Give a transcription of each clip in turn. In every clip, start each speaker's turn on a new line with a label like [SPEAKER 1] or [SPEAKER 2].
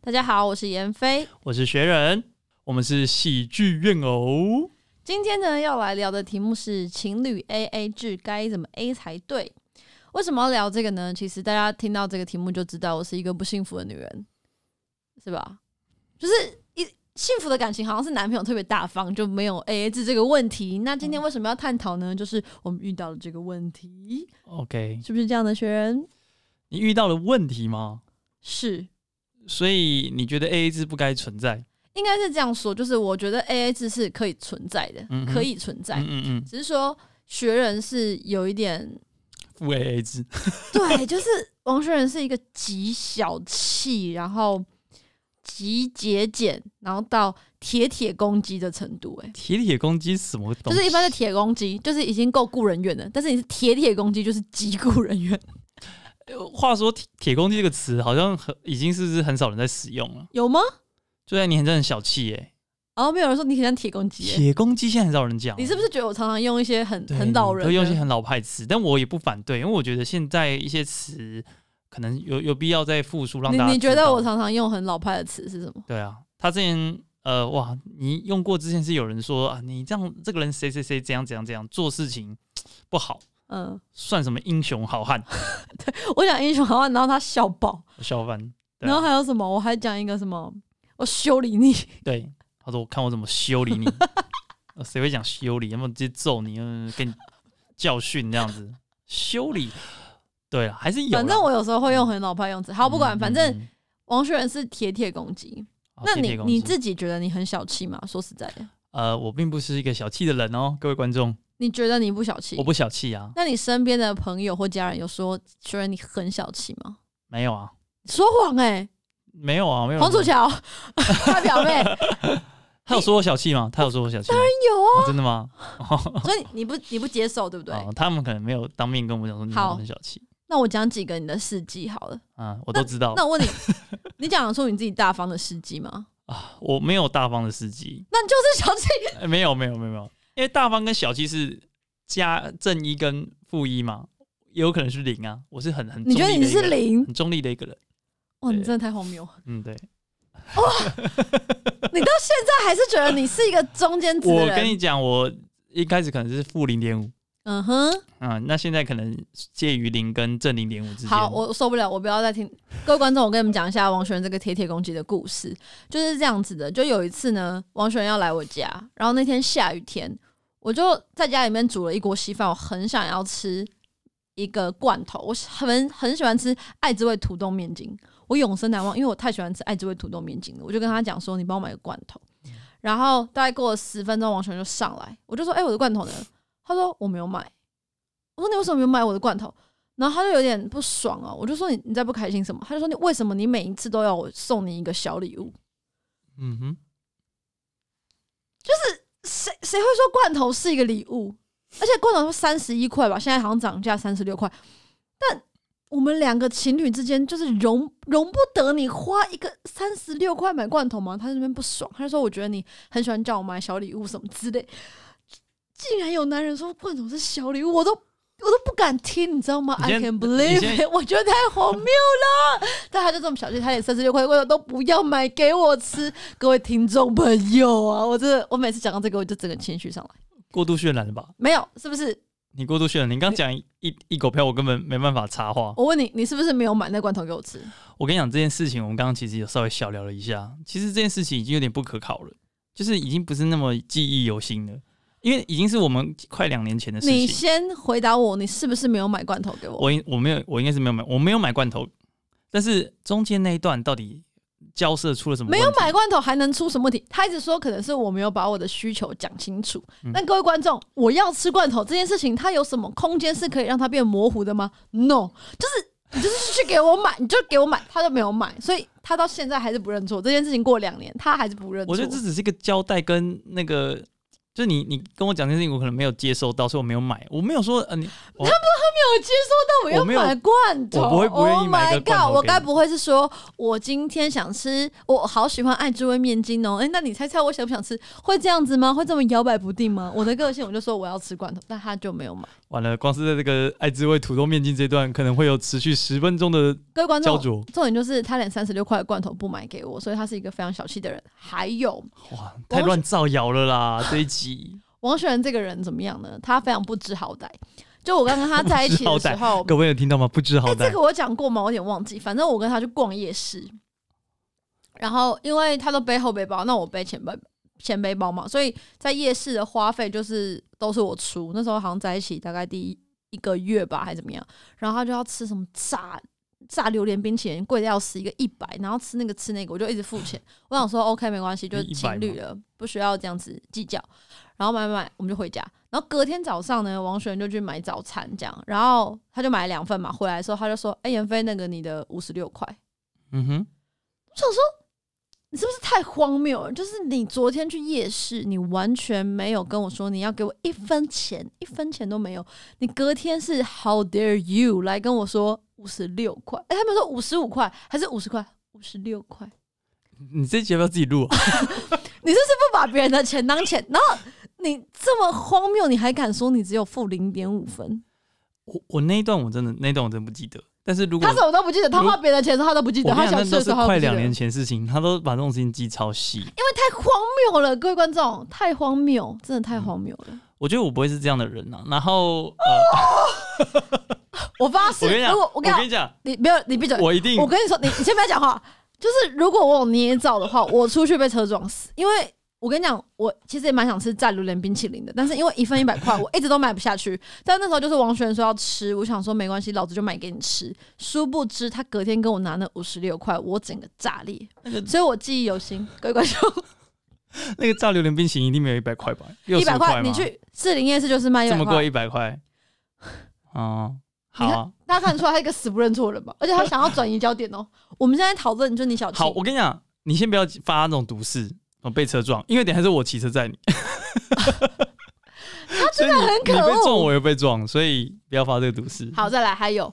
[SPEAKER 1] 大家好，我是妍飞。
[SPEAKER 2] 我是学人，我们是喜剧怨偶。
[SPEAKER 1] 今天呢，要来聊的题目是情侣 AA 制该怎么 A 才对。为什么要聊这个呢？其实大家听到这个题目就知道，我是一个不幸福的女人，是吧？就是一幸福的感情好像是男朋友特别大方，就没有 AA 制这个问题。那
[SPEAKER 2] 嗯
[SPEAKER 1] 今天为什么要探讨呢？就是我们遇到了这个问题，
[SPEAKER 2] 嗯 OK，
[SPEAKER 1] 是不是这样的？学人
[SPEAKER 2] 你遇到了问题吗？
[SPEAKER 1] 是。
[SPEAKER 2] 所以你觉得 AA 制不该存在？
[SPEAKER 1] 应该是这样说，就是我觉得 AA 制是可以存在的，
[SPEAKER 2] 嗯哼
[SPEAKER 1] 可以存在，
[SPEAKER 2] 嗯嗯嗯，
[SPEAKER 1] 只是说学人是有一点
[SPEAKER 2] 负 AA 制。
[SPEAKER 1] 对，就是王学仁是一个极小气，然后极节俭，然后到铁铁公鸡的程度、欸，
[SPEAKER 2] 铁铁公鸡是什么
[SPEAKER 1] 就
[SPEAKER 2] 东西？
[SPEAKER 1] 是一般的铁公鸡，就是已经够雇人员了，但是你是铁铁公鸡，就是极雇人员，
[SPEAKER 2] 呃话说铁铁公鸡这个词好像很已经是不是很少人在使用了？
[SPEAKER 1] 有吗？
[SPEAKER 2] 就在你很真的很小气耶、
[SPEAKER 1] 然后没有人说你很像铁公鸡、欸，
[SPEAKER 2] 铁公鸡现在很少人讲了，
[SPEAKER 1] 你是不是觉得我常常用一些很
[SPEAKER 2] 对
[SPEAKER 1] 很老人
[SPEAKER 2] 都
[SPEAKER 1] 的？
[SPEAKER 2] 用一些很老派词？但我也不反对，因为我觉得现在一些词可能有有必要再复述让大
[SPEAKER 1] 你
[SPEAKER 2] 家
[SPEAKER 1] 你觉
[SPEAKER 2] 知
[SPEAKER 1] 得
[SPEAKER 2] 道
[SPEAKER 1] 我常常用很老派的词是什么？
[SPEAKER 2] 对啊，他之前呃，哇，你用过之前是有人说啊，你这样这个人谁谁谁怎样怎样怎样做事情不好，
[SPEAKER 1] 嗯，
[SPEAKER 2] 算什么英雄好汉？
[SPEAKER 1] 我讲英雄好汉，啊然后他笑爆，
[SPEAKER 2] 我笑翻。对啊
[SPEAKER 1] 然后还有什么？我还讲一个什么？我修理你，
[SPEAKER 2] 对，他说我看我怎么修理你，呃谁会讲修理？要么直接揍你，嗯，给你教训这样子。修理，对啊，还是有啦。
[SPEAKER 1] 反正我有时候会用很老派用词，好不管，
[SPEAKER 2] 嗯
[SPEAKER 1] 反正
[SPEAKER 2] 嗯嗯
[SPEAKER 1] 王学仁是铁铁公鸡，
[SPEAKER 2] 好
[SPEAKER 1] 那
[SPEAKER 2] 谢谢
[SPEAKER 1] 你
[SPEAKER 2] 公
[SPEAKER 1] 你
[SPEAKER 2] 司
[SPEAKER 1] 自己觉得你很小气吗？说实在的，
[SPEAKER 2] 呃，我并不是一个小气的人哦，各位观众，
[SPEAKER 1] 你觉得你不小气
[SPEAKER 2] 我？不小气啊，
[SPEAKER 1] 那你身边的朋友或家人有说学仁你很小气吗？
[SPEAKER 2] 没有啊，
[SPEAKER 1] 说谎哎、
[SPEAKER 2] 没有啊，没有人。
[SPEAKER 1] 黄楚乔 他表 妹
[SPEAKER 2] 他有说我小气吗？他有说我小气吗？
[SPEAKER 1] 有哦，
[SPEAKER 2] 哦真的吗？
[SPEAKER 1] 所以你不你不接受对不对？
[SPEAKER 2] 哦，他们可能没有当面跟我们讲说你
[SPEAKER 1] 好
[SPEAKER 2] 们很小气
[SPEAKER 1] 那我讲几个你的事迹好了。
[SPEAKER 2] 啊，我都知道
[SPEAKER 1] 那我问 你，你讲得出你自己大方的事迹吗？
[SPEAKER 2] 啊，我没有大方的司 机，
[SPEAKER 1] 那你就是 小气。
[SPEAKER 2] 呃没有没有没有没有，因为大方跟小气是加正一跟负一嘛，也有可能是零啊，我是很很
[SPEAKER 1] 你觉得
[SPEAKER 2] 中立
[SPEAKER 1] 你
[SPEAKER 2] 的一
[SPEAKER 1] 是
[SPEAKER 2] 个人，
[SPEAKER 1] 零？
[SPEAKER 2] 很中立的一个人，
[SPEAKER 1] 哇，你
[SPEAKER 2] 对
[SPEAKER 1] 真的太荒谬了！
[SPEAKER 2] 嗯，对，
[SPEAKER 1] 你到现在还是觉得你是一个中间值的
[SPEAKER 2] 我跟
[SPEAKER 1] 人。
[SPEAKER 2] 你讲，我一开始可能是负零点五，
[SPEAKER 1] 嗯哼。
[SPEAKER 2] 啊，那现在可能介于零跟正零点五之间，
[SPEAKER 1] 好，我受不了，我不要再听。各位观众，我跟你们讲一下王璇这个铁铁公鸡的故事，就是这样子的。就有一次呢，王璇要来我家，然后那天下雨天，我就在家里面煮了一锅稀饭，我很想要吃一个罐头，我很很喜欢吃爱之味土豆面筋，我永生难忘，因为我太喜欢吃爱之味土豆面筋了。我就跟他讲说，你帮我买个罐头。
[SPEAKER 2] 嗯
[SPEAKER 1] 然后大概过了十分钟，王璇就上来，我就说：“哎、我的罐头呢？”他说：“我没有买。”我说：“你为什么没有买我的罐头？”然后他就有点不爽哦，我就说你你在不开心什么？他就说你为什么你每一次都要我送你一个小礼物？
[SPEAKER 2] 嗯哼，
[SPEAKER 1] 谁谁会说罐头是一个礼物？而且罐头三十一块吧，现在好像涨价三十六块。但我们两个情侣之间就是容容不得你花一个三十六块买罐头吗？他在那边不爽，他就说我觉得你很喜欢叫我买小礼物什么之类。竟然有男人说罐头是小礼物，我都我都不敢听，你知道吗
[SPEAKER 2] 你
[SPEAKER 1] ？I
[SPEAKER 2] 先
[SPEAKER 1] can
[SPEAKER 2] 你
[SPEAKER 1] believe
[SPEAKER 2] 先
[SPEAKER 1] it，我觉得太荒谬了。 但他就这么小气，他连三十六块的罐头都不要买给我吃。各位听众朋友啊，我真的，我每次讲到这个，我就整个情绪上来。
[SPEAKER 2] 过度渲染了吧？
[SPEAKER 1] 没有，是不是？
[SPEAKER 2] 你过度渲染，你刚讲一一狗票，我根本没办法插话。
[SPEAKER 1] 我问你，你是不是没有买那罐头给我吃？
[SPEAKER 2] 我跟你讲这件事情，我们刚刚其实有稍微小聊了一下。其实这件事情已经有点不可考了，就是已经不是那么记忆犹新了，因为已经是我们快两年前的事
[SPEAKER 1] 你
[SPEAKER 2] 情。
[SPEAKER 1] 先回答我，你是不是没有买罐头给我？
[SPEAKER 2] 我应我没有，我应该是没有买，我没有买罐头，但是中间那一段到底交涉出了什么？
[SPEAKER 1] 没有，买罐头还能出什么问题？他一直说可能是我没有把我的需求讲清楚。
[SPEAKER 2] 嗯
[SPEAKER 1] 那、各位观众，我要吃罐头这件事情，它有什么空间是可以让它变模糊的吗？No，就是你就是去给我买，你就给我买，他就没有买，所以他到现在还是不认错。这件事情过两年，他还是不认错。
[SPEAKER 2] 我觉得这只是一个交代跟那个就是你你跟我讲这件事情，我可能没有接收到，所以我没有买，我没有说呃你
[SPEAKER 1] 有接收到
[SPEAKER 2] 我
[SPEAKER 1] 我
[SPEAKER 2] 没
[SPEAKER 1] 要
[SPEAKER 2] 有
[SPEAKER 1] 买罐头，
[SPEAKER 2] 我不会不愿意买
[SPEAKER 1] Oh
[SPEAKER 2] 一
[SPEAKER 1] my
[SPEAKER 2] 个罐头
[SPEAKER 1] god！我
[SPEAKER 2] 给你
[SPEAKER 1] 该不会是说我今天想吃，我好喜欢爱之味面筋哦？哎、那你猜猜我想不想吃？会这样子吗？会这么摇摆不定吗？我的个性我就说我要吃罐头，但他就没有买。
[SPEAKER 2] 完了，光是在这个爱滋味土豆面筋这段，可能会有持续十分钟的
[SPEAKER 1] 各位观
[SPEAKER 2] 焦
[SPEAKER 1] 众，
[SPEAKER 2] 灼。
[SPEAKER 1] 重点就是他连三十六块的罐头不买给我，所以他是一个非常小气的人。还有
[SPEAKER 2] 哇，太乱造谣 了啦！这一集，
[SPEAKER 1] 王雪人这个人怎么样呢？他非常不知好歹。就我刚跟他在一起的
[SPEAKER 2] 不知 好
[SPEAKER 1] 时候，
[SPEAKER 2] 各位有听到吗？不知好
[SPEAKER 1] 哎、
[SPEAKER 2] 歹。
[SPEAKER 1] 这个我讲过吗？我有点忘记。反正我跟他去逛夜市，然后因为他都背后背包，那我背前背前背包嘛，所以在夜市的花费就是都是我出。那时候好像在一起大概第一一个月吧，还怎么样？然后他就要吃什么炸炸榴莲冰淇淋，贵的要死，一个一百，然后吃那个吃那个，我就一直付钱。我想说 OK 没关系，就是
[SPEAKER 2] 100
[SPEAKER 1] 情侣了，不需要这样子计较。然后买买买，我们就回家。然后隔天早上呢，王璇就去买早餐，这样，然后他就买了两份嘛。回来的时候，他就说：“哎、妍飞，那个你的五十六块。”
[SPEAKER 2] 嗯哼，
[SPEAKER 1] 我想说，你是不是太荒谬了？就是你昨天去夜市，你完全没有跟我说你要给我一分钱，一分钱都没有。你隔天是 How dare you 来跟我说五十六块？哎、他们说五十五块还是五十块？五十六块，
[SPEAKER 2] 你这集要不要自己录啊？
[SPEAKER 1] 你是不是不把别人的钱当钱？然后你这么荒谬，你还敢说你只有负零点五分？
[SPEAKER 2] 我我那一段我真的那一段我真的不记得，但是如果
[SPEAKER 1] 他什么都不记得，他花别人的钱的时候他都不记得，
[SPEAKER 2] 我
[SPEAKER 1] 他
[SPEAKER 2] 跟你
[SPEAKER 1] 想
[SPEAKER 2] 讲，
[SPEAKER 1] 吃
[SPEAKER 2] 那
[SPEAKER 1] 的
[SPEAKER 2] 都
[SPEAKER 1] 时
[SPEAKER 2] 是
[SPEAKER 1] 候他不
[SPEAKER 2] 快
[SPEAKER 1] 记得
[SPEAKER 2] 两年前的事情，他都把这种事情记超细。
[SPEAKER 1] 因为太荒谬了，各位观众，太荒谬，真的
[SPEAKER 2] 嗯
[SPEAKER 1] 太荒谬了。
[SPEAKER 2] 我觉得我不会是这样的人呐、然后呃，
[SPEAKER 1] 我发誓
[SPEAKER 2] 我跟你，讲，
[SPEAKER 1] 如果
[SPEAKER 2] 我
[SPEAKER 1] 跟你讲，
[SPEAKER 2] 跟你讲，
[SPEAKER 1] 你没有，你闭嘴。
[SPEAKER 2] 我一定
[SPEAKER 1] 我跟你说，你你先不要讲话。就是如果我有捏造的话，我出去被车撞死。因为我跟你讲，我其实也蛮想吃炸榴莲冰淇淋的，但是因为一份一百块，我一直都买不下去。但那时候就是王璇说要吃，我想说没关系，老子就买给你吃。殊不知他隔天跟我拿那五十六块，我整个炸裂，
[SPEAKER 2] 那个
[SPEAKER 1] 所以我记忆犹新。各位观众，
[SPEAKER 2] 那个炸榴莲冰淇淋一定没有一百块吧？六
[SPEAKER 1] 一
[SPEAKER 2] 十
[SPEAKER 1] 百
[SPEAKER 2] 块吗
[SPEAKER 1] 块你去士林夜市就是卖一
[SPEAKER 2] 这
[SPEAKER 1] 百
[SPEAKER 2] 么贵
[SPEAKER 1] 块，
[SPEAKER 2] 一百块？哦，好
[SPEAKER 1] 你看
[SPEAKER 2] 啊
[SPEAKER 1] 大家看得出来他一个死不认错人吧？而且他想要转移焦点哦。我们现在讨论就是你小气，
[SPEAKER 2] 好，我跟你讲，你先不要发那种毒誓，哦，被车撞，因为等一下是我骑车载 你。他真的
[SPEAKER 1] 很可恶
[SPEAKER 2] 你被撞我也被撞，所以不要发这个毒誓。
[SPEAKER 1] 好，再来还有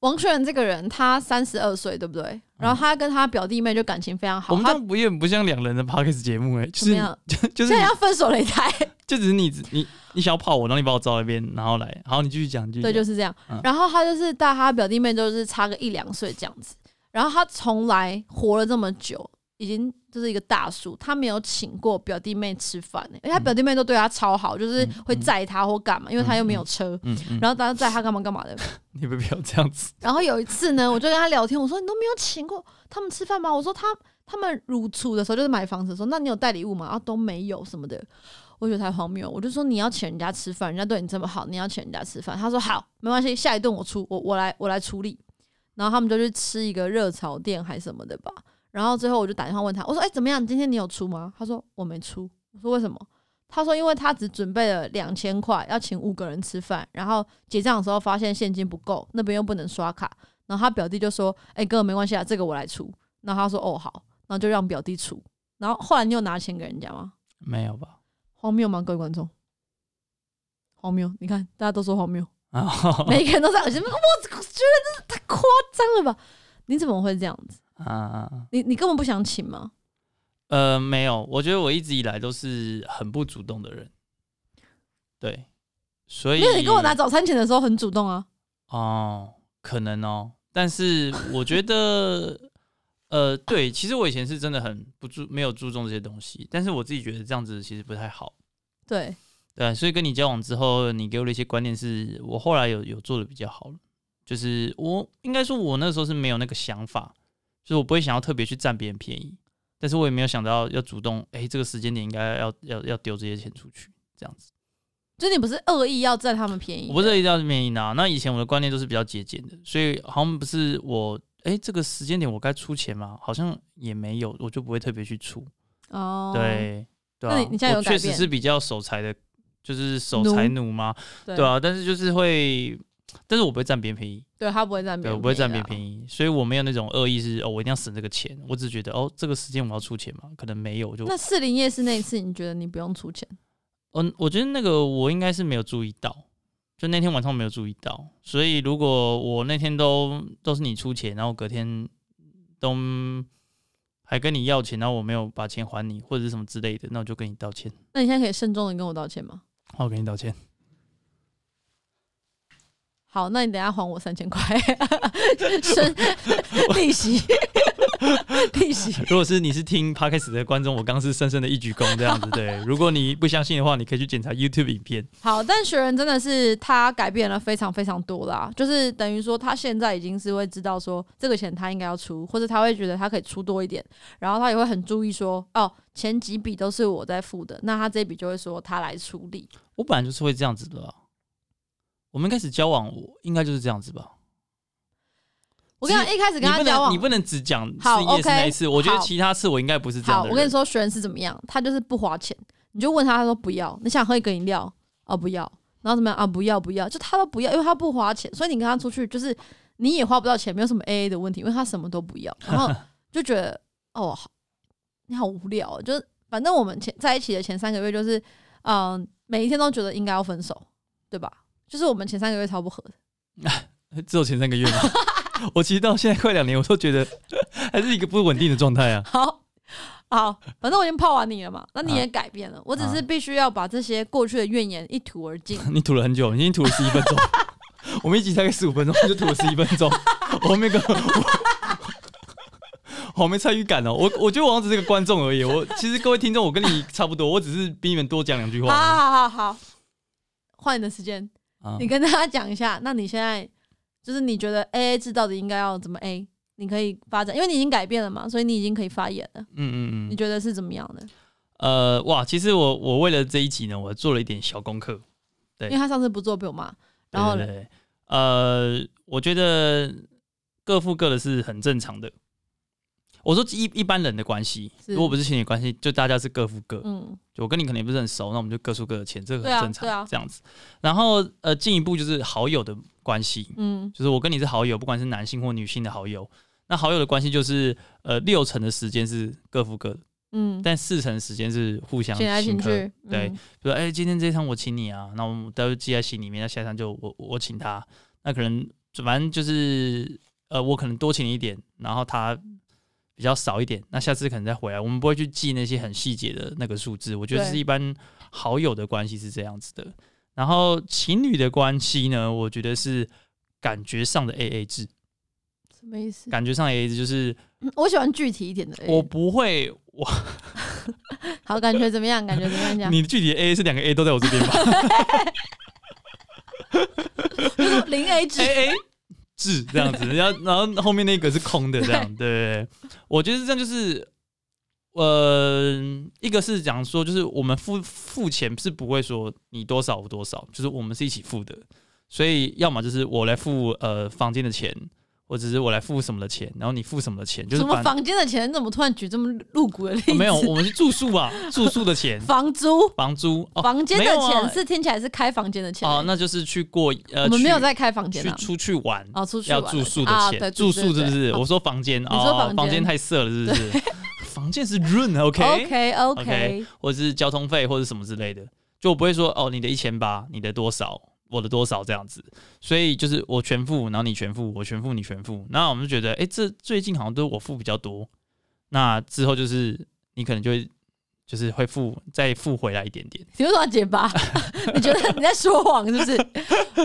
[SPEAKER 1] 王学仁这个人，他三十二岁，对不对？然后他跟他表弟妹就感情非常好，
[SPEAKER 2] 嗯我们这
[SPEAKER 1] 他
[SPEAKER 2] 样不也不像两人的 podcast 节目哎、就
[SPEAKER 1] 怎么
[SPEAKER 2] 是
[SPEAKER 1] 样？
[SPEAKER 2] 就
[SPEAKER 1] 现
[SPEAKER 2] 是
[SPEAKER 1] 在要分手擂台，
[SPEAKER 2] 就只是你你你想要泡我，然后你把我招来一边，然后来，好，你继续讲，继续
[SPEAKER 1] 对，
[SPEAKER 2] 讲
[SPEAKER 1] 就是这样
[SPEAKER 2] 嗯。
[SPEAKER 1] 然后他就是大他表弟妹就是差个一两岁这样子，然后他从来活了这么久，已经就是一个大叔，他没有请过表弟妹吃饭、欸，而且
[SPEAKER 2] 嗯
[SPEAKER 1] 他表弟妹都对他超好，就是会载他或干嘛，因为他又没有车，
[SPEAKER 2] 嗯嗯，
[SPEAKER 1] 然后大家载他干嘛干嘛的。
[SPEAKER 2] 你们不要这样子，
[SPEAKER 1] 然后有一次呢，我就跟他聊天，我说你都没有请过他们吃饭吗？我说他他们入住的时候就是买房子的时候，那你有带礼物吗？啊，都没有什么的，我觉得太荒谬。我就说你要请人家吃饭，人家对你这么好，你要请人家吃饭。他说好，没关系，下一顿我出，我我来我来处理。然后他们就去吃一个热炒店还什么的吧。然后最后我就打电话问他，我说哎、怎么样？今天你有出吗？他说我没出。我说为什么？他说因为他只准备了两千块，要请五个人吃饭，然后结账的时候发现现金不够，那边又不能刷卡，然后他表弟就说：“哎、哥，没关系啊，这个我来出。”然后他说：“哦，好。”然后就让表弟出。然后后来你有拿钱给人家吗？
[SPEAKER 2] 没有吧？
[SPEAKER 1] 荒谬吗，各位观众？荒谬！你看，大家都说荒谬，
[SPEAKER 2] 啊，
[SPEAKER 1] 每个人都在恶心。我我觉得这是太夸张了吧？你怎么会这样子？
[SPEAKER 2] 啊啊，啊
[SPEAKER 1] 你你根本不想请吗？
[SPEAKER 2] 呃，没有，我觉得我一直以来都是很不主动的人，对，所以
[SPEAKER 1] 因为你跟我拿早餐钱的时候很主动啊。
[SPEAKER 2] 哦，可能哦，但是我觉得，呃，对，其实我以前是真的很不注没有注重这些东西，但是我自己觉得这样子其实不太好，
[SPEAKER 1] 对，
[SPEAKER 2] 对，啊所以跟你交往之后，你给我的一些观念是我后来有有做的比较好了，就是我应该说，我那时候是没有那个想法，就是我不会想要特别去占别人便宜，但是我也没有想到要主动，哎、这个时间点应该要要要丢这些钱出去，这样子。
[SPEAKER 1] 就你不是恶意要占他们便宜的，
[SPEAKER 2] 我不是一定要便宜拿。那以前我的观念都是比较节俭的，所以好像不是我哎、这个时间点我该出钱吗？好像也没有，我就不会特别去出。
[SPEAKER 1] 哦，
[SPEAKER 2] 对对啊
[SPEAKER 1] 那你你现在有
[SPEAKER 2] 我
[SPEAKER 1] 改变
[SPEAKER 2] 确实是比较守财的，就是守财奴嘛，
[SPEAKER 1] 对
[SPEAKER 2] 对啊。但是就是会，但是我不会占别人便宜，
[SPEAKER 1] 对他不会占别
[SPEAKER 2] 对，
[SPEAKER 1] 人，
[SPEAKER 2] 我不会占别
[SPEAKER 1] 别
[SPEAKER 2] 人便宜，所以我没有那种恶意是哦，我一定要省这个钱。我只觉得哦，这个时间我要出钱嘛，可能没有我就
[SPEAKER 1] 那士林夜市那一次，你觉得你不用出钱？
[SPEAKER 2] 嗯，我觉得那个我应该是没有注意到，就那天晚上我没有注意到，所以如果我那天都都是你出钱，然后隔天都还跟你要钱，然后我没有把钱还你或者是什么之类的，那我就跟你道歉，
[SPEAKER 1] 那你现在可以慎重的跟我道歉吗？
[SPEAKER 2] 好，我哦跟你道歉。
[SPEAKER 1] 好，那你等一下还我三千 块，生利息， 利息。
[SPEAKER 2] 如果是你是听 podcast 的观众，我刚是深深的一鞠躬这样子，对。如果你不相信的话，你可以去检查 YouTube 影片。
[SPEAKER 1] 好，但学人真的是他改变了非常非常多啦，就是等于说他现在已经是会知道说这个钱他应该要出，或者他会觉得他可以出多一点，然后他也会很注意说哦前几笔都是我在付的，那他这笔就会说他来处理。
[SPEAKER 2] 我本来就是会这样子的啊。我们一开始交往，我应该就是这样子吧。
[SPEAKER 1] 我跟他一开始
[SPEAKER 2] 你
[SPEAKER 1] 跟他
[SPEAKER 2] 不
[SPEAKER 1] 交
[SPEAKER 2] 能，
[SPEAKER 1] 往
[SPEAKER 2] 你，不能只讲是
[SPEAKER 1] 好
[SPEAKER 2] yes
[SPEAKER 1] OK，
[SPEAKER 2] 那一次。我觉得
[SPEAKER 1] 好
[SPEAKER 2] 其他次我应该不是这样
[SPEAKER 1] 好，
[SPEAKER 2] 的人。
[SPEAKER 1] 我跟你说，学人是怎么样，他就是不花钱，你就问他，他说不要，你想喝一个饮料哦不要，然后怎么样啊不要不要，就他都不要，因为他不花钱，所以你跟他出去就是你也花不到钱，没有什么 A A 的问题，因为他什么都不要，然 后就觉得哦好，你好无聊、哦，就是反正我们前在一起的前三个月就是嗯、每一天都觉得应该要分手，对吧？就是我们前三个月超不合的，
[SPEAKER 2] 只有前三个月吗？ 我其实到现在快两年，我都觉得 还是一个不稳定的状态啊。
[SPEAKER 1] 好好，反正我已经泡完你了嘛，那你也改变了，我只
[SPEAKER 2] 啊
[SPEAKER 1] 是必须要把这些过去的怨言一吐而尽。
[SPEAKER 2] 你吐了很久，你已经吐了十一分钟。 我们一集大概十五分钟，就吐了十一分钟。 我后面跟我好没参与感哦。我我觉得我好像只是个观众而已。我其实各位听众，我跟你差不多，我只是比你们多啊讲两句话而
[SPEAKER 1] 好好好好，换你的时间，
[SPEAKER 2] 已。啊
[SPEAKER 1] 你跟大家讲一下，那你现在就是你觉得 A A 制到底应该要怎么 A？你可以发展，因为你已经改变了嘛，所以你已经可以发言了。
[SPEAKER 2] 嗯嗯
[SPEAKER 1] 你
[SPEAKER 2] 嗯，
[SPEAKER 1] 觉得是怎么样的？
[SPEAKER 2] 呃，哇，其实我我为了这一集呢，我做了一点小功课。对
[SPEAKER 1] 因为他上次不做被我骂，然后
[SPEAKER 2] 对
[SPEAKER 1] 呢，
[SPEAKER 2] 对对呃，我觉得各付各的是很正常的。我说一一般人的关系，
[SPEAKER 1] 是
[SPEAKER 2] 如果不是情侣关系，就大家是各付各。
[SPEAKER 1] 嗯，
[SPEAKER 2] 就我跟你可能也不是很熟，那我们就各出各的钱，这个
[SPEAKER 1] 对啊
[SPEAKER 2] 很正常。
[SPEAKER 1] 对啊
[SPEAKER 2] 这样子。然后呃，进一步就是好友的关系，
[SPEAKER 1] 嗯
[SPEAKER 2] 就是我跟你是好友，不管是男性或女性的好友。那好友的关系就是，呃，六成的时间是各付各的，
[SPEAKER 1] 嗯，
[SPEAKER 2] 但四成的时间是互相
[SPEAKER 1] 显来
[SPEAKER 2] 请
[SPEAKER 1] 请
[SPEAKER 2] 客。
[SPEAKER 1] 去，
[SPEAKER 2] 对
[SPEAKER 1] 嗯，
[SPEAKER 2] 比如说哎、今天这一餐我请你啊，那我们都记在心里面。那下一餐就我我我请他，那可能就反正就是呃，我可能多请你一点，然后他比较少一点，那下次可能再回来。我们不会去记那些很细节的那个数字，我觉得
[SPEAKER 1] 对
[SPEAKER 2] 是一般好友的关系是这样子的。然后情侣的关系呢，我觉得是感觉上的 A A 制，
[SPEAKER 1] 嗯什么意思？
[SPEAKER 2] 感觉上 A A 制就是
[SPEAKER 1] 嗯我喜欢具体一点的 A。
[SPEAKER 2] 我不会，我
[SPEAKER 1] 好，感觉怎么样？感觉怎么样？这样
[SPEAKER 2] 你的具体 A A 是两个 A 都在我这边吧
[SPEAKER 1] 就是零 A 制，
[SPEAKER 2] A A 制哎 这样子，然后然后后面那个是空的这样，对对对，我觉得这样就是，呃，一个是讲说，就是我们付付钱是不会说你多少我多少，就是我们是一起付的，所以要么就是我来付呃房间的钱，或者是我来付什么的钱，然后你付什么的钱，就是
[SPEAKER 1] 什么
[SPEAKER 2] 反、
[SPEAKER 1] 房间的钱？你怎么突然举这么露骨的例子？
[SPEAKER 2] 哦没有，我们是住宿 啊，住宿的钱，
[SPEAKER 1] 房租，
[SPEAKER 2] 房租哦，
[SPEAKER 1] 房间的
[SPEAKER 2] 没有啊
[SPEAKER 1] 钱是听起来是开房间的钱欸。
[SPEAKER 2] 哦，那就是去过呃，
[SPEAKER 1] 我们没有
[SPEAKER 2] 去
[SPEAKER 1] 在开房间
[SPEAKER 2] 去
[SPEAKER 1] 啊，
[SPEAKER 2] 出去玩
[SPEAKER 1] 哦，出去
[SPEAKER 2] 要
[SPEAKER 1] 玩
[SPEAKER 2] 住
[SPEAKER 1] 了
[SPEAKER 2] 宿
[SPEAKER 1] 啊
[SPEAKER 2] 的
[SPEAKER 1] 对对
[SPEAKER 2] 钱，住
[SPEAKER 1] 对
[SPEAKER 2] 宿是
[SPEAKER 1] 对
[SPEAKER 2] 不是？
[SPEAKER 1] 哦
[SPEAKER 2] 我说房间，
[SPEAKER 1] 说
[SPEAKER 2] 哦
[SPEAKER 1] 房间
[SPEAKER 2] 间太色了，是不是？ 房间是润，OK，
[SPEAKER 1] OK
[SPEAKER 2] OK
[SPEAKER 1] OK，
[SPEAKER 2] 或者是交通费或者什么之类的，就我不会说哦，你的一千八，你的多少，我的多少这样子，所以就是我全付，然后你全付，我全付，你全付，那我们就觉得，哎，这最近好像都是我付比较多，那之后就是你可能就会就是会付再付回来一点点，
[SPEAKER 1] 你为什么要结巴？ 你觉得你在说谎是不 是？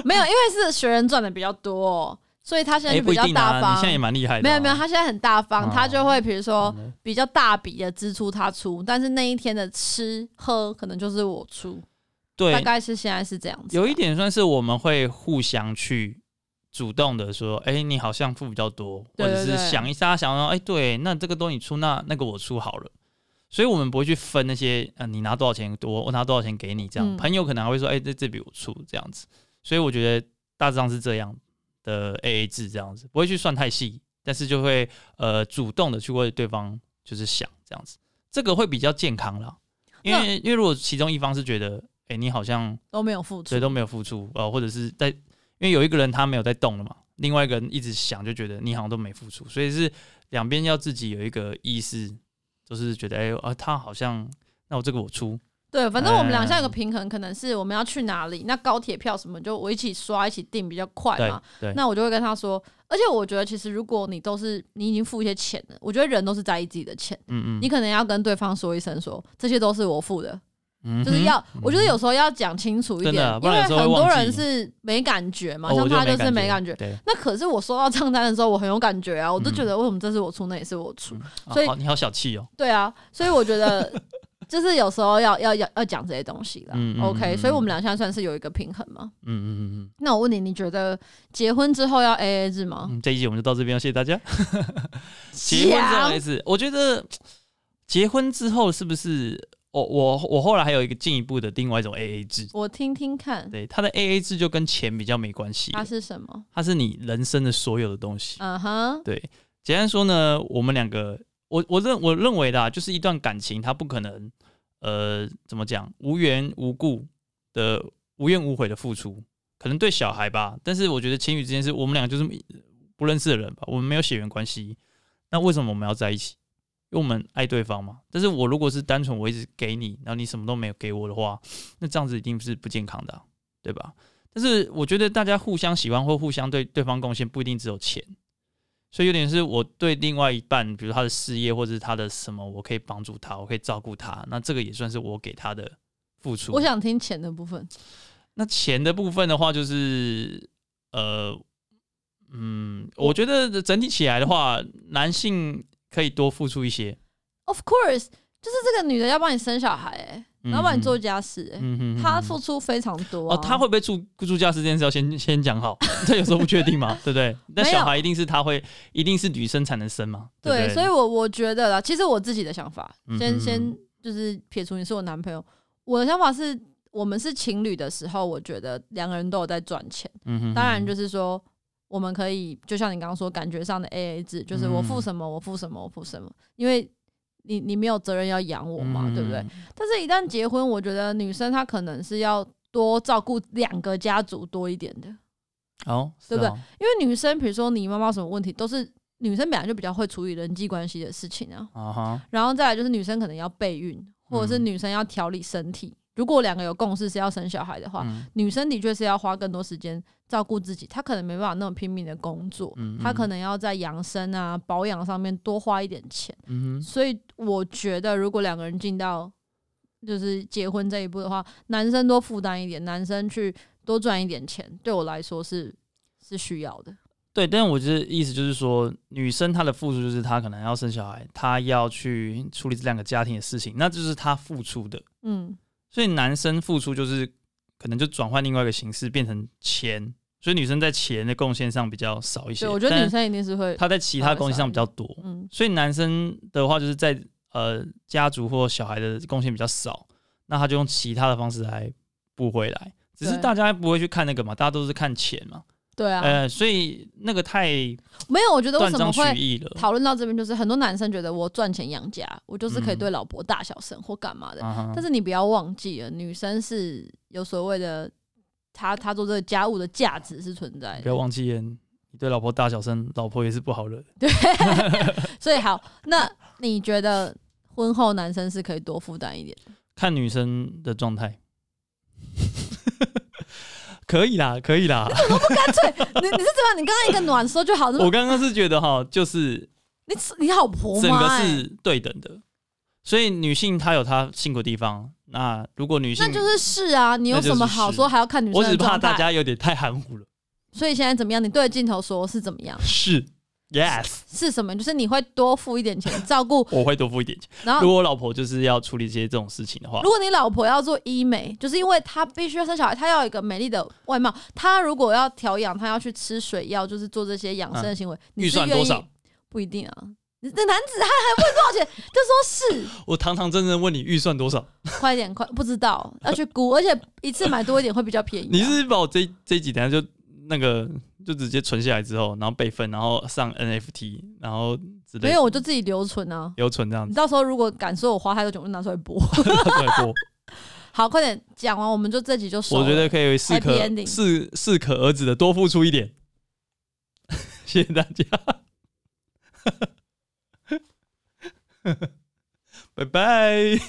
[SPEAKER 1] 没有，因为是学人赚的比较多哦，所以他现在
[SPEAKER 2] 哎，
[SPEAKER 1] 就比
[SPEAKER 2] 不一
[SPEAKER 1] 较
[SPEAKER 2] 定
[SPEAKER 1] 大
[SPEAKER 2] 啊，你
[SPEAKER 1] 方
[SPEAKER 2] 现在。也蛮厉害的
[SPEAKER 1] 没
[SPEAKER 2] 啊，
[SPEAKER 1] 有没有，他现在很大方，
[SPEAKER 2] 哦
[SPEAKER 1] 他就会比如说
[SPEAKER 2] 嗯
[SPEAKER 1] 比较大笔的支出他出，但是那一天的吃喝可能就是我出，
[SPEAKER 2] 对
[SPEAKER 1] 大，概是现在是这样子。啊
[SPEAKER 2] 有一点算是我们会互相去主动的说，哎、你好像付比较多，
[SPEAKER 1] 对对
[SPEAKER 2] 或者
[SPEAKER 1] 对
[SPEAKER 2] 是想一下想到，哎、对，那这个东西你出，那那个我出好了。所以我们不会去分那些，呃，你拿多少钱多，我拿多少钱给你这
[SPEAKER 1] 嗯
[SPEAKER 2] 样。朋友可能还会说，哎、这这笔我出这样子。所以我觉得大致上是这样的 A A 制这样子，不会去算太细，但是就会呃主动的去为对方就是想这样子，这个会比较健康啦。因
[SPEAKER 1] 那
[SPEAKER 2] 为因为如果其中一方是觉得，哎、你好像
[SPEAKER 1] 都没有付出
[SPEAKER 2] 所以，都没有付出，呃，或者是在因为有一个人他没有在动了嘛，另外一个人一直想就觉得你好像都没付出，所以是两边要自己有一个意识，就是觉得哎、啊，他好像那我这个我出，
[SPEAKER 1] 对，反正我们俩
[SPEAKER 2] 哎
[SPEAKER 1] 现在有个平衡，可能是我们要去哪里，那高铁票什么就我一起刷一起订比较快
[SPEAKER 2] 对
[SPEAKER 1] 嘛。
[SPEAKER 2] 对，
[SPEAKER 1] 啊那我就会跟他说，而且我觉得其实如果你都是你已经付一些钱了，我觉得人都是在意自己的钱，
[SPEAKER 2] 嗯嗯，
[SPEAKER 1] 你可能要跟对方说一声说这些都是我付的，
[SPEAKER 2] 嗯
[SPEAKER 1] 就是要
[SPEAKER 2] 哼
[SPEAKER 1] 我觉得有时候要讲清楚一
[SPEAKER 2] 真的啊
[SPEAKER 1] 点，
[SPEAKER 2] 不
[SPEAKER 1] 因
[SPEAKER 2] 然
[SPEAKER 1] 为
[SPEAKER 2] 有时候会
[SPEAKER 1] 很多
[SPEAKER 2] 忘记
[SPEAKER 1] 人是没感觉嘛，
[SPEAKER 2] 哦
[SPEAKER 1] 像
[SPEAKER 2] 我
[SPEAKER 1] 他
[SPEAKER 2] 就
[SPEAKER 1] 就是没感觉。
[SPEAKER 2] 对，
[SPEAKER 1] 那可是我收到账单的时候，我很有感觉啊，我都觉得为什么这是我出，那也是我出，
[SPEAKER 2] 嗯啊
[SPEAKER 1] 所以
[SPEAKER 2] 好你好小气哦，
[SPEAKER 1] 对啊，所以我觉 得就是有时候要要要要讲这些东西啦。
[SPEAKER 2] 嗯嗯
[SPEAKER 1] OK，
[SPEAKER 2] 嗯
[SPEAKER 1] 所以我们俩现在算是有一个平衡嘛。
[SPEAKER 2] 嗯嗯嗯
[SPEAKER 1] 那我问你，你觉得结婚之后要 AA 制吗
[SPEAKER 2] 嗯？嗯，这一集我们就到这边了，谢谢大家。结婚这
[SPEAKER 1] 讲
[SPEAKER 2] 种意思，我觉得结婚之后是不是我我我后来还有一个进一步的另外一种 A A 制，
[SPEAKER 1] 我听听看，
[SPEAKER 2] 对，它的 A A 制就跟钱比较没关系，
[SPEAKER 1] 它是什么？
[SPEAKER 2] 它是你人生的所有的东西。
[SPEAKER 1] 嗯哼，
[SPEAKER 2] 对，简单说呢，我们两个，我我认我认为啦，就是一段感情，它不可能，呃，怎么讲，无缘无故的无怨无悔的付出，可能对小孩吧，但是我觉得情侣之间是我们两个就是不认识的人吧，我们没有血缘关系，那为什么我们要在一起？因为我们爱对方嘛。但是我如果是单纯我一直给你，然后你什么都没有给我的话，那这样子一定是不健康的啊、对吧？但是我觉得大家互相喜欢或互相对对方贡献，不一定只有钱。所以有点是我对另外一半，比如他的事业或者是他的什么，我可以帮助他，我可以照顾他，那这个也算是我给他的付出。
[SPEAKER 1] 我想听钱的部分。
[SPEAKER 2] 那钱的部分的话，就是呃，嗯，我觉得整体起来的话，男性可以多付出一些，
[SPEAKER 1] Of course，就是这个女的要帮你生小孩、欸，
[SPEAKER 2] 嗯
[SPEAKER 1] 然后帮你做，家事、欸，
[SPEAKER 2] 嗯哼
[SPEAKER 1] 她付出非常多、
[SPEAKER 2] 哦，
[SPEAKER 1] 啊。
[SPEAKER 2] 他会不会住住家事这件事要先先讲好，这有时候不确定嘛，对不对？那
[SPEAKER 1] 没有
[SPEAKER 2] 小孩一定是他会，一定是女生才能生嘛，对
[SPEAKER 1] 对
[SPEAKER 2] 不，对
[SPEAKER 1] 所以我我觉得啦，其实我自己的想法，
[SPEAKER 2] 嗯
[SPEAKER 1] 先
[SPEAKER 2] 嗯
[SPEAKER 1] 先
[SPEAKER 2] 嗯
[SPEAKER 1] 就是撇除你是我男朋友，我的想法是我们是情侣的时候，我觉得两个人都有在赚钱，
[SPEAKER 2] 嗯哼
[SPEAKER 1] 当然就是说。我们可以就像你刚刚说，感觉上的 A A 制，就是我付
[SPEAKER 2] 嗯
[SPEAKER 1] 什么，我付什么，我付什么，因为你你没有责任要养我
[SPEAKER 2] 嗯
[SPEAKER 1] 嘛，对不对？？但是，一旦结婚，我觉得女生她可能是要多照顾两个家族多一点的，
[SPEAKER 2] 哦，
[SPEAKER 1] 对
[SPEAKER 2] 是
[SPEAKER 1] 不对
[SPEAKER 2] 哦？
[SPEAKER 1] 因为女生，比如说你妈妈有什么问题，都是女生本来就比较会处理人际关系的事情啊。
[SPEAKER 2] 啊哈，
[SPEAKER 1] 然后再来就是女生可能要备孕，或者是
[SPEAKER 2] 嗯
[SPEAKER 1] 女生要调理身体。如果两个有共识是要生小孩的话，
[SPEAKER 2] 嗯
[SPEAKER 1] 女生的确是要花更多时间照顾自己，她可能没办法那么拼命的工作，
[SPEAKER 2] 嗯
[SPEAKER 1] 她可能
[SPEAKER 2] 能，
[SPEAKER 1] 要在养生啊、保养上面多花一点钱。
[SPEAKER 2] 嗯哼
[SPEAKER 1] 所以我觉得，如果两个人进到就是结婚这一步的话，男生多负担一点，男生去多赚一点钱，对我来说是是需要的。
[SPEAKER 2] 对，但我觉得意思就是说，女生她的付出就是她可能要生小孩，她要去处理这两个家庭的事情，那就是她付出的。
[SPEAKER 1] 嗯，
[SPEAKER 2] 所以男生付出就是可能就转换另外一个形式，变成钱。所以女生在钱的贡献上比较少一些，
[SPEAKER 1] 对，我觉得
[SPEAKER 2] 但
[SPEAKER 1] 女生一定是会，
[SPEAKER 2] 她在其他贡献上比较多。
[SPEAKER 1] 嗯
[SPEAKER 2] 所以男生的话就是在呃家族或小孩的贡献比较少，那他就用其他的方式来补回来。只是
[SPEAKER 1] 对
[SPEAKER 2] 大家不会去看那个嘛，大家都是看钱嘛，
[SPEAKER 1] 对啊，
[SPEAKER 2] 呃，所以那个太
[SPEAKER 1] 没有，我觉得为
[SPEAKER 2] 断
[SPEAKER 1] 什么
[SPEAKER 2] 章取
[SPEAKER 1] 会
[SPEAKER 2] 义了。
[SPEAKER 1] 讨论到这边，就是很多男生觉得我赚钱养家，我就是可以
[SPEAKER 2] 嗯
[SPEAKER 1] 对老婆大小声或干嘛的。
[SPEAKER 2] 啊哈
[SPEAKER 1] 但是你不要忘记了，女生是有所谓的，她她做这个家务的价值是存在
[SPEAKER 2] 不
[SPEAKER 1] 的。
[SPEAKER 2] 要忘记，你对老婆大小声，老婆也是不好惹的。
[SPEAKER 1] 所以好，那你觉得婚后男生是可以多负 担一点的？
[SPEAKER 2] 看女生的状态， 可以啦，可 以啦。
[SPEAKER 1] 你你是怎么样？你刚刚一个暖说就好，是吗
[SPEAKER 2] 我刚刚是觉得哈，就是
[SPEAKER 1] 你你好婆
[SPEAKER 2] 整个
[SPEAKER 1] 妈、欸，
[SPEAKER 2] 是对等的，所以女性她有她辛苦的地方。那如果女性
[SPEAKER 1] 那，就是是啊，你有
[SPEAKER 2] 那就是
[SPEAKER 1] 什么好
[SPEAKER 2] 是
[SPEAKER 1] 说还要看女生
[SPEAKER 2] 我只
[SPEAKER 1] 的
[SPEAKER 2] 怕
[SPEAKER 1] 状
[SPEAKER 2] 大
[SPEAKER 1] 态？
[SPEAKER 2] 家有点太含糊了。
[SPEAKER 1] 所以现在怎么样？你对着镜头说是怎么样？
[SPEAKER 2] 是，yes，
[SPEAKER 1] 是什么？就是你会多付一点钱照顾，
[SPEAKER 2] 我会多付一点钱。
[SPEAKER 1] 然后
[SPEAKER 2] 如果我老婆就是要处理这些这种事情的话
[SPEAKER 1] 啊如，果你老婆要做医美，就是因为她必须要生小孩，她要有一个美丽的外貌。她如果要调养，她要去吃水药，就是做这些养生的行为。你
[SPEAKER 2] 啊预
[SPEAKER 1] 是
[SPEAKER 2] 算
[SPEAKER 1] 愿意
[SPEAKER 2] 多少？？
[SPEAKER 1] 不一定啊。你这男子汉还问多少钱， 就说
[SPEAKER 2] 我堂堂正正问你预算多少？
[SPEAKER 1] 是快点快，不知道要去估，而且一次买多一点会比较便宜、啊。
[SPEAKER 2] 你是不是把我这这一集等一下就那个就直接存下来之后，然后备份，然后上 NFT，然后之类
[SPEAKER 1] 没有，我就自己留存啊。
[SPEAKER 2] 留存这样
[SPEAKER 1] 你
[SPEAKER 2] 子， 啊
[SPEAKER 1] 到时候如果敢说我花太多钱，我就拿出来播。
[SPEAKER 2] 到时候来播。好
[SPEAKER 1] 好，快点讲完，我们就这集就收了。
[SPEAKER 2] 我觉得可以适
[SPEAKER 1] Happy
[SPEAKER 2] 可
[SPEAKER 1] ending
[SPEAKER 2] 适适可而止的多付出一点。 谢谢大家， 拜拜。